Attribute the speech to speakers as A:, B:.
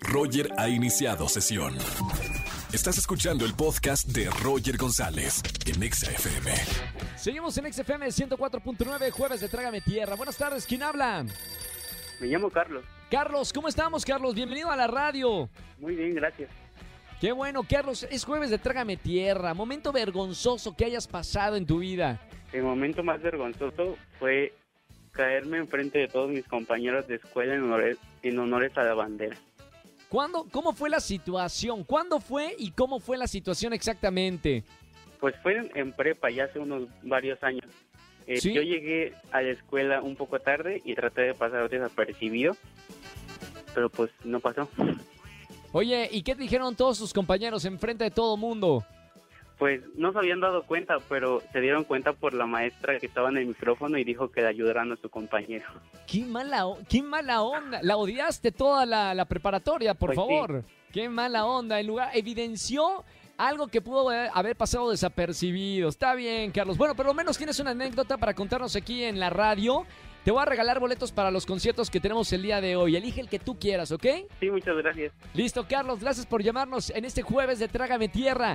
A: Roger ha iniciado sesión. Estás escuchando el podcast de Roger González en Exa FM.
B: Seguimos en XFM 104.9, jueves de Trágame Tierra. Buenas tardes, ¿quién habla?
C: Me llamo Carlos.
B: Carlos, ¿cómo estamos, Carlos? Bienvenido a la radio.
C: Muy bien, gracias.
B: Qué bueno, Carlos, es jueves de Trágame Tierra. Momento vergonzoso que hayas pasado en tu vida.
C: El momento más vergonzoso fue caerme enfrente de todos mis compañeros de escuela en honores, en honores a la bandera.
B: ¿Cuándo, ¿Cómo fue la situación? ¿Cuándo fue y cómo fue la situación exactamente?
C: Pues fue en, en prepa ya hace unos varios años. Eh,
B: Sí.
C: Yo llegué a la escuela un poco tarde y traté de pasar desapercibido, pero pues no pasó.
B: Oye, ¿y qué te dijeron todos tus compañeros enfrente de todo mundo?
C: Pues no se habían dado cuenta, pero se dieron cuenta por la maestra que estaba en el micrófono y dijo que le ayudaran a su compañero.
B: Qué mala, o- qué mala onda. La odiaste toda la, la preparatoria, por
C: Pues sí.
B: favor. Qué mala onda. El lugar evidenció algo que pudo haber- haber pasado desapercibido. Está bien, Carlos. Bueno, por lo menos tienes una anécdota para contarnos aquí en la radio. Te voy a regalar boletos para los conciertos que tenemos el día de hoy. Elige el que tú quieras, ¿ok?
C: Sí, muchas gracias.
B: Listo, Carlos. Gracias por llamarnos en este jueves de Trágame Tierra.